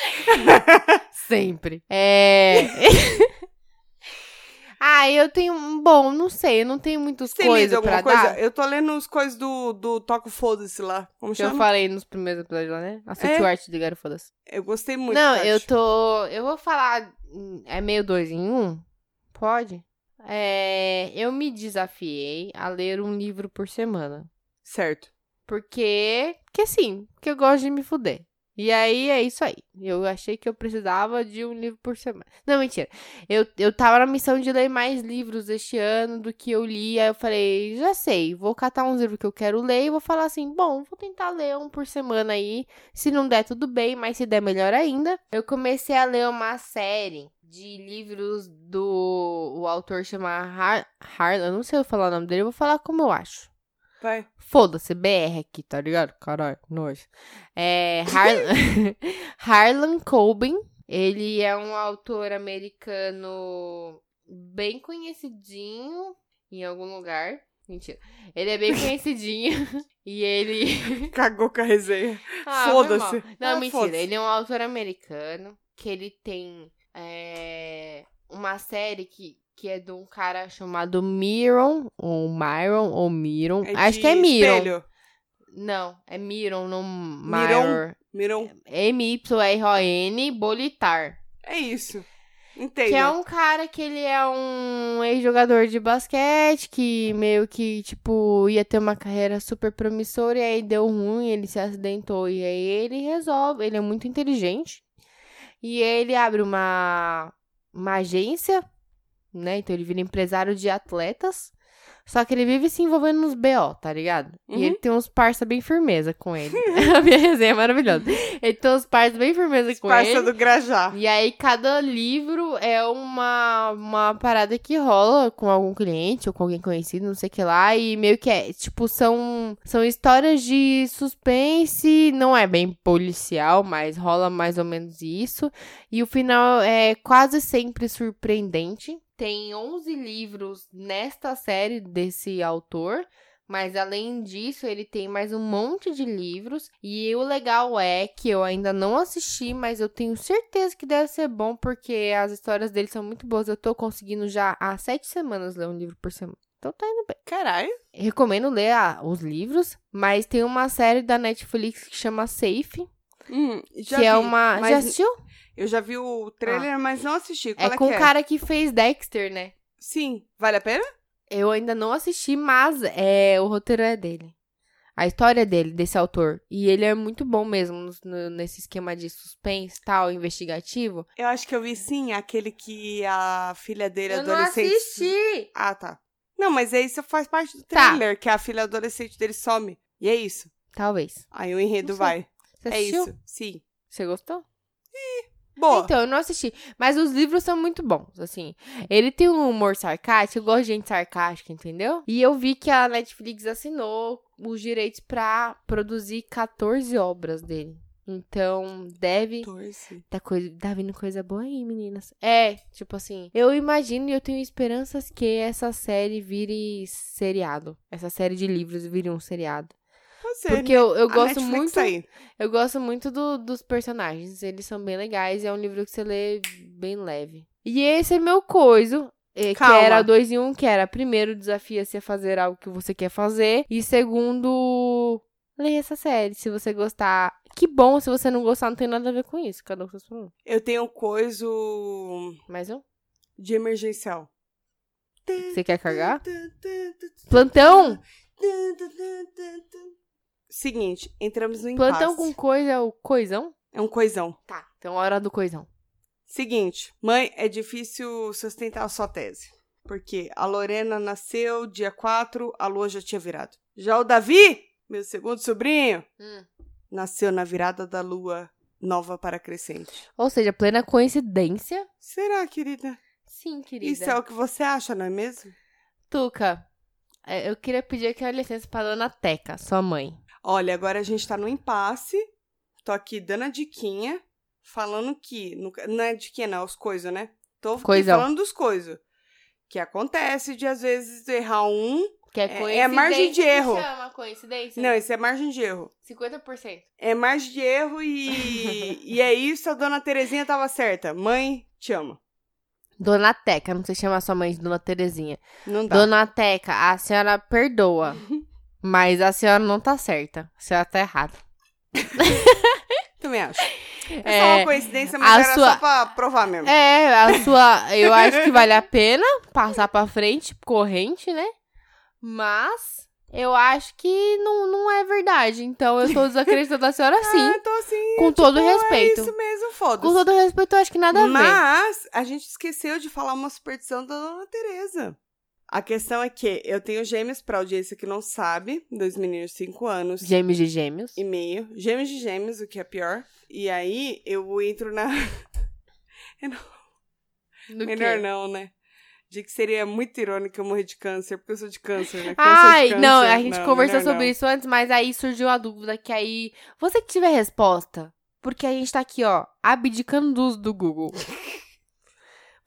sempre. É. ah, eu tenho. Bom, não sei, eu não tenho muitas
Você
coisas
lida alguma
pra
coisa?
dar.
Eu tô lendo os coisas do, do Toco Foda-se lá. Como
Que eu
chama?
falei nos primeiros episódios lá, né? Assistiu
É.
o arte de Garofodas.
Eu gostei muito.
Não,
Tati.
eu tô. Eu vou falar. hum, É meio dois em um? Pode? É, eu me desafiei a ler um livro por semana.
Certo.
Porque. Porque sim, porque eu gosto de me fuder. E aí é isso aí. Eu achei que eu precisava de um livro por semana. Não, mentira. Eu, eu tava na missão de ler mais livros este ano do que eu li. Aí eu falei, já sei, vou catar uns livros que eu quero ler e vou falar assim: bom, vou tentar ler um por semana aí. Se não der, tudo bem, mas se der, melhor ainda. Eu comecei a ler uma série de livros do. O autor chama Har. Har eu não sei falar o nome dele, eu vou falar como eu acho.
Vai.
Foda-se, BR aqui, tá ligado? Caralho, nós. É, Har- Harlan Coben, ele é um autor americano bem conhecidinho em algum lugar. Mentira. Ele é bem conhecidinho e ele...
Cagou com a resenha.
Ah, foi
Foda-se.
mal. Não,
Ah,
mentira.
foda-se.
Ele é um autor americano que ele tem é, uma série que, que é de um cara chamado Miron, ou Myron, ou Miron. Acho
de
que é Miron.
Espelho.
Não, é Miron, não
Miron?
Myron.
Miron.
M-Y-R-O-N Bolitar.
É isso. Entendo.
Que é um cara que ele é um ex-jogador de basquete, que meio que, tipo, ia ter uma carreira super promissora e aí deu ruim, ele se acidentou e aí ele resolve. Ele é muito inteligente. E ele abre uma, uma agência, né? Então ele vira empresário de atletas. Só que ele vive se envolvendo nos BO, tá ligado?
Uhum.
E ele tem uns parça bem firmeza com ele. A minha resenha é maravilhosa. Ele tem uns parça bem firmeza com ele.
Parça do Grajá.
E aí, cada livro é uma, uma parada que rola com algum cliente ou com alguém conhecido, não sei o que lá. E meio que é, tipo, são, são histórias de suspense. Não é bem policial, mas rola mais ou menos isso. E o final é quase sempre surpreendente. Tem 11 livros nesta série desse autor. Mas além disso, ele tem mais um monte de livros. E o legal é que eu ainda não assisti, mas eu tenho certeza que deve ser bom, porque as histórias dele são muito boas. Eu tô conseguindo já há sete semanas ler um livro por semana. Então tá indo bem.
Caralho.
Recomendo ler ah, os livros, mas tem uma série da Netflix que chama Safe,
Hum, já
que é
vi,
uma.
mas
Já assistiu?
Eu já vi o trailer, mas não assisti. Qual
É
é,
com
que
o
é?
cara que fez Dexter, né?
Sim. Vale a pena?
Eu ainda não assisti, mas é, o roteiro é dele. A história é dele, desse autor. E ele é muito bom mesmo nos- no- nesse esquema de suspense e tal, investigativo.
Eu acho que eu vi sim aquele que a filha dele
Eu não
é adolescente.
assisti!
Ah, tá. Não, mas é isso faz parte do
Tá.
trailer, que a filha adolescente dele some. E é isso.
Talvez.
Aí o enredo
Não sei.
vai.
Você
É
assistiu?
isso. Sim.
Você gostou?
Boa.
Então, eu não assisti. Mas os livros são muito bons, assim. Ele tem um humor sarcástico, eu gosto de gente sarcástica, entendeu? E eu vi que a Netflix assinou os direitos pra produzir 14 obras dele. Então, deve
Torce.
Tá, coisa, tá vindo coisa boa aí, meninas. É, tipo assim, eu imagino e eu tenho esperanças que essa série vire seriado. Essa série de livros vire um seriado.
Pode ser.
Porque eu, eu
A
gosto
Netflix
muito.
Aí.
Eu gosto muito do- dos personagens. Eles são bem legais. É um livro que você lê bem leve. E esse é meu coiso. eh, Que
Calma.
era dois em é um, que era primeiro desafia-se a fazer algo que você quer fazer. E segundo. leia essa série. Se você gostar, que bom. Se você não gostar, não tem nada a ver com isso. Cada um com seus problemas.
Eu tenho coisa
Mais um?
de emergencial.
Você quer cagar?
Hum.
Plantão?
Seguinte, entramos no impasse.
Plantão com coisa é o coisão?
É um coisão.
Tá. Então, hora do coisão.
Seguinte, mãe, é difícil sustentar a sua tese. Porque a Lorena nasceu dia 4, a lua já tinha virado. Já o Davi, meu segundo sobrinho,
Hum.
nasceu na virada da lua nova para crescente.
Ou seja, plena coincidência.
Será, querida?
Sim, querida.
Isso é o que você acha, não é mesmo?
Tuca, é, eu queria pedir aqui uma licença pra dona Teca, sua mãe.
Olha, agora a gente tá no impasse. Tô aqui dando a diquinha, falando que. no- Não é diquinha, não, é os coisas, né? Tô aqui
Coisão.
falando dos coisas. Que acontece de, às vezes, errar um.
Que é
É-
coincidência.
é margem de erro.
que chama coincidência?
Não, isso é margem de erro.
50%.
É margem de erro e. e é isso, a dona Terezinha tava certa. Mãe, te amo.
Dona Teca, não sei chamar sua mãe de Dona Terezinha.
Não dá.
Dona Teca, a senhora perdoa. mas a senhora não tá certa. A senhora tá errada.
Também acho. É, só
É,
uma coincidência,
a
mas era
sua-
só pra provar mesmo.
É, a sua. Eu acho que vale a pena passar pra frente, corrente, né? Mas eu acho que não, não é verdade. Então eu tô desacreditando a senhora sim.
Ah, tô assim.
com todo
É
respeito.
isso mesmo,
com
foda-se.
todo respeito, eu acho que nada a ver.
Mas a gente esqueceu de falar uma superstição da Dona Teresa. A questão é que eu tenho gêmeos pra audiência que não sabe, dois meninos de 5 anos
Gêmeos de gêmeos.
e meio, gêmeos de gêmeos, o que é pior. E aí eu entro na
Do
melhor
quê?
não, né? De que seria muito irônico eu morrer de câncer, porque eu sou de câncer, né? Câncer de
Ai,
câncer.
não, a gente conversou
melhor
sobre
não.
isso antes, mas aí surgiu a dúvida que aí. Você que tiver resposta, porque a gente tá aqui, ó, abdicando do uso do Google.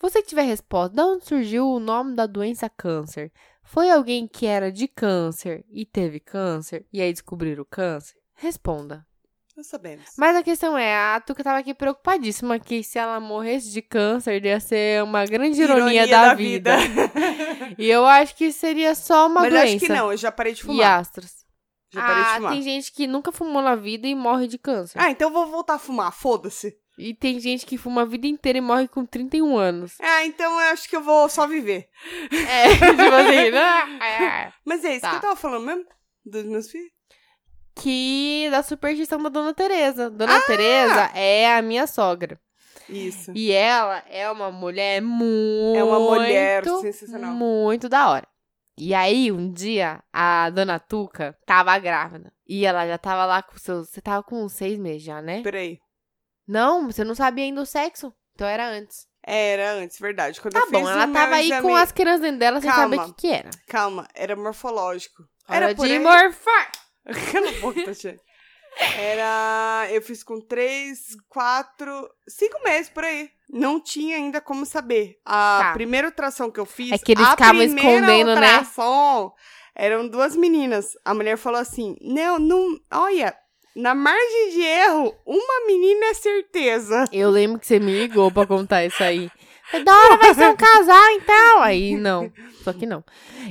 Você que tiver resposta, de onde surgiu o nome da doença câncer? Foi alguém que era de câncer e teve câncer e aí descobriram o câncer? Responda.
Não sabemos.
Mas a questão é, a Tuca tava aqui preocupadíssima que se ela morresse de câncer, ia ser uma grande ironia, da, vida. E eu acho que seria só uma
Mas eu
doença.
acho que não, eu já parei de
E
fumar.
astros.
Já parei de
ah,
fumar.
tem gente que nunca fumou na vida e morre de câncer.
Ah, então eu vou voltar a fumar, foda-se.
E tem gente que fuma a vida inteira e morre com 31 anos.
Ah, então eu acho que eu vou só viver.
É, tipo assim, né?
Mas é isso
Tá.
que eu tava falando mesmo? Dos meus filhos?
Que da superstição da Dona Teresa. Dona
Ah!
Teresa é a minha sogra.
Isso.
E ela é uma mulher muito...
É uma mulher sensacional.
Muito da hora. E aí, um dia, a Dona Tuca tava grávida. E ela já tava lá com seus... Você tava com uns seis meses já, né?
Peraí.
Não, você não sabia ainda o sexo. Então era antes.
É, Era antes, verdade. Quando
Tá
eu
bom,
fiz
ela
o
tava
meu
aí
exame-
com as crianças dentro dela sem saber o
Calma.
que, que era.
Calma, era morfológico.
Era
Era
Hora
por
de
aí.
morfar.
Cala a boca, Tatiana. Era. Eu fiz com três, quatro, cinco meses por aí. Não tinha ainda como saber. A
Tá.
primeira ultrassom que eu fiz.
É que eles
a
ficavam
primeira
escondendo, né?
ultrassom, Eram duas meninas. A mulher falou assim: Não, não. Olha, na margem de erro, uma menina é certeza.
Eu lembro que você me ligou pra contar isso aí. Falei, Da hora vai ser um casal, então. Aí não. Só que não.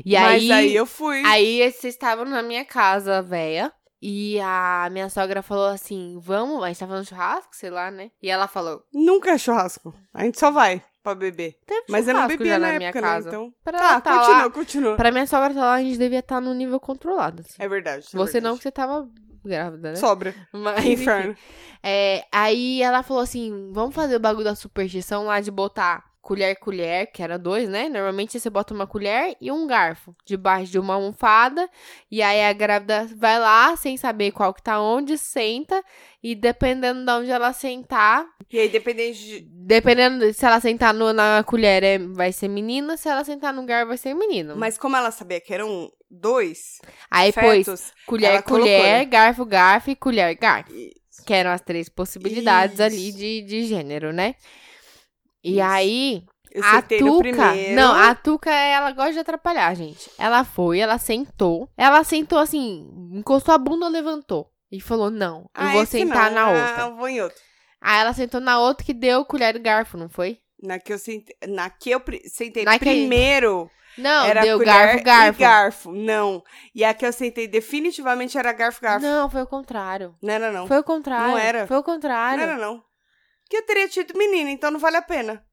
E
Mas
aí.
aí eu fui.
Aí vocês estavam na minha casa, véia. E a minha sogra falou assim: vamos, a gente tá fazendo churrasco, sei lá, né? E ela falou:
Nunca é churrasco. A gente só vai pra beber.
teve
Mas eu não
churrasco
bebia
já
na
na minha
época, né?
casa.
Então.
Pra
Tá,
ela tá
continua,
lá.
continua.
Pra minha sogra tá lá, a gente devia estar no nível controlado. assim.
É verdade. é
Você não,
verdade.
que você tava grávida, né?
Sobra.
Mas, enfim.
Inferno.
É, aí ela falou assim: vamos fazer o bagulho da superstição lá de botar colher, colher, que era dois, né? Normalmente você bota uma colher e um garfo debaixo de uma almofada. E aí a grávida vai lá, sem saber qual que tá onde, senta. E dependendo de onde ela sentar,
E aí, dependente de.
dependendo de- se ela sentar no- na colher, é- vai ser menina. Se ela sentar no garfo, vai ser menino.
Mas como ela sabia que eram dois
aí pôs
fetos,
colher,
ela colocou,
colher,
né?
garfo, garfo e colher, garfo.
e-
Que eram as três possibilidades
Isso.
ali de, de gênero, né? E
Isso.
aí,
eu
a
sentei no
Tuca.
primeiro.
Não, a Tuca, ela gosta de atrapalhar, gente. Ela foi, ela sentou. Ela sentou assim, encostou a bunda, levantou. E falou: Não, eu
Ah,
vou
esse
sentar
não.
na
Ah,
outra.
eu vou em outro.
Aí ela sentou na outra que deu colher e garfo, não foi?
Na que eu sentei, na que eu pri- sentei
Na que-
primeiro,
Não,
era
deu
colher
garfo, garfo.
e garfo. Não. E a que eu sentei definitivamente era garfo, garfo.
Não, foi o contrário.
Não era não.
Foi o contrário.
Não era.
Foi o
Não
contrário.
era não. Que eu teria tido menina, então não vale a pena.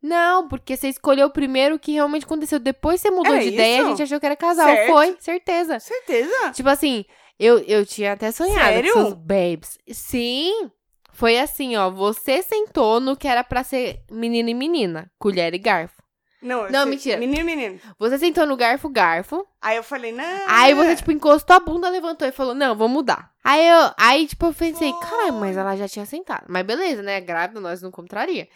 Não, porque você escolheu primeiro o que realmente aconteceu. Depois você mudou
É
de ideia e a
isso?
gente achou que era casal.
Certo.
Foi, certeza.
Certeza.
Tipo assim, eu, eu tinha até sonhado
Sério?
com seus babes. Sim. Foi assim, ó. Você sentou no que era pra ser menino e menina. Colher e garfo.
Não, eu
Não,
sei-
mentira.
Menino, menino.
Você sentou no garfo, garfo.
Aí eu falei, não.
Aí você, tipo, encostou a bunda, levantou e falou, não, vou mudar. Aí eu, aí, tipo, eu pensei, caralho, mas ela já tinha sentado. Mas beleza, né? Grávida, nós não contraria.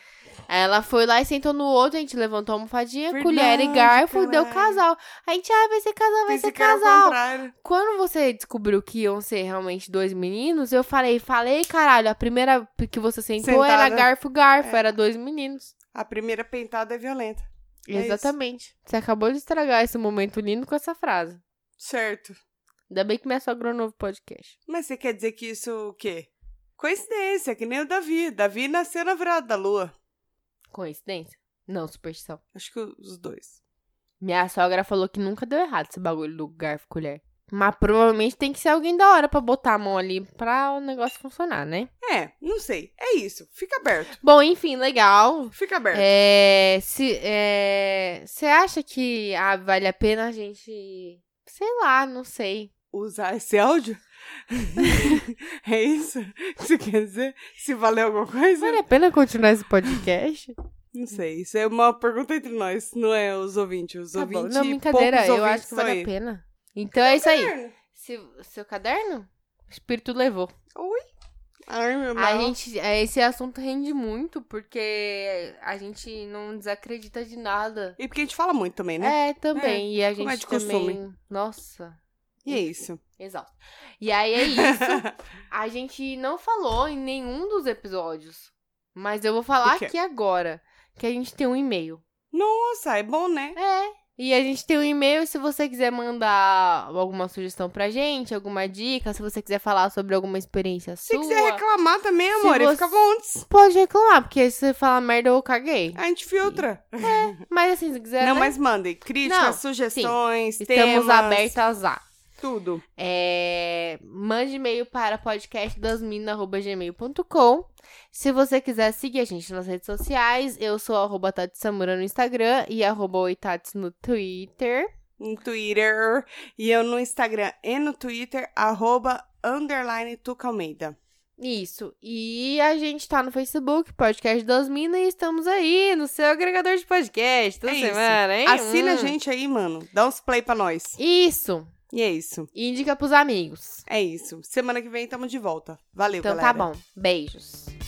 Aí ela foi lá e sentou no outro, a gente levantou a almofadinha,
Verdade,
colher e garfo, e deu
caralho.
casal. A gente, ah, vai ser casal, vai
Pensei
ser
que era o
casal.
contrário.
Quando você descobriu que iam ser realmente dois meninos, eu falei, falei, caralho, a primeira que você sentou era
Sentada. É.
garfo, garfo, era dois meninos.
A primeira pentada é violenta. É isso.
Exatamente. Você acabou de estragar esse momento lindo com essa frase.
Certo.
Ainda bem que minha sogra é um novo podcast.
Mas você quer dizer que isso o quê? Coincidência, que nem o Davi. Davi nasceu na virada da lua.
Coincidência? Não, superstição.
Acho que os dois.
Minha sogra falou que nunca deu errado esse bagulho do garfo e colher. Mas provavelmente tem que ser alguém da hora pra botar a mão ali pra o negócio funcionar, né?
É, não sei. É isso. Fica aberto.
Bom, enfim, legal.
Fica aberto.
É. Se. É. Você acha que ah, vale a pena a gente. Sei lá, não sei.
Usar esse áudio? é isso que você quer dizer? Se valeu alguma coisa?
Vale a pena continuar esse podcast?
Não sei. Isso é uma pergunta entre nós, não é os ouvintes. Os
Tá bom.
ouvintes.
Não, brincadeira.
poucos
Eu
ouvintes
acho que vale
são
a pena. Então é isso aí.
aí.
Se- seu caderno? O espírito levou.
Ai, meu
A
mal.
gente, é, esse assunto rende muito, porque a gente não desacredita de nada.
E porque a gente fala muito também, né?
É, também. e a gente
é de
também. Nossa,
E é isso.
exausto. E aí é isso. a gente não falou em nenhum dos episódios. Mas eu vou falar
O quê?
aqui agora que a gente tem um e-mail.
Nossa, é bom, né?
É. E a gente tem um e-mail se você quiser mandar alguma sugestão pra gente, alguma dica, se você quiser falar sobre alguma experiência
Se
sua.
quiser reclamar também, amor,
você-
fica antes.
Pode reclamar, porque se você falar merda, eu caguei.
A gente filtra.
Mas assim, se quiser.
Não,
né?
mas mandem. Críticas,
Não,
sugestões,
Estamos
temas,
abertas a.
Tudo.
É, mande e-mail para podcastdasmina.gmail.com. Se você quiser seguir a gente nas redes sociais, eu sou arroba Tati Samura no Instagram e arroba Oitats no Twitter.
No Twitter. E eu no Instagram e no Twitter, arroba underline Tuca Almeida.
Isso. E a gente tá no Facebook, Podcast das Minas, e estamos aí no seu agregador de podcast toda
É isso.
semana, hein?
Assina a
Hum.
gente aí, mano. Dá uns play pra nós.
Isso.
E é isso.
E indica pros amigos.
É isso. Semana que vem tamo de volta. Valeu,
Então tá
galera.
bom. Beijos.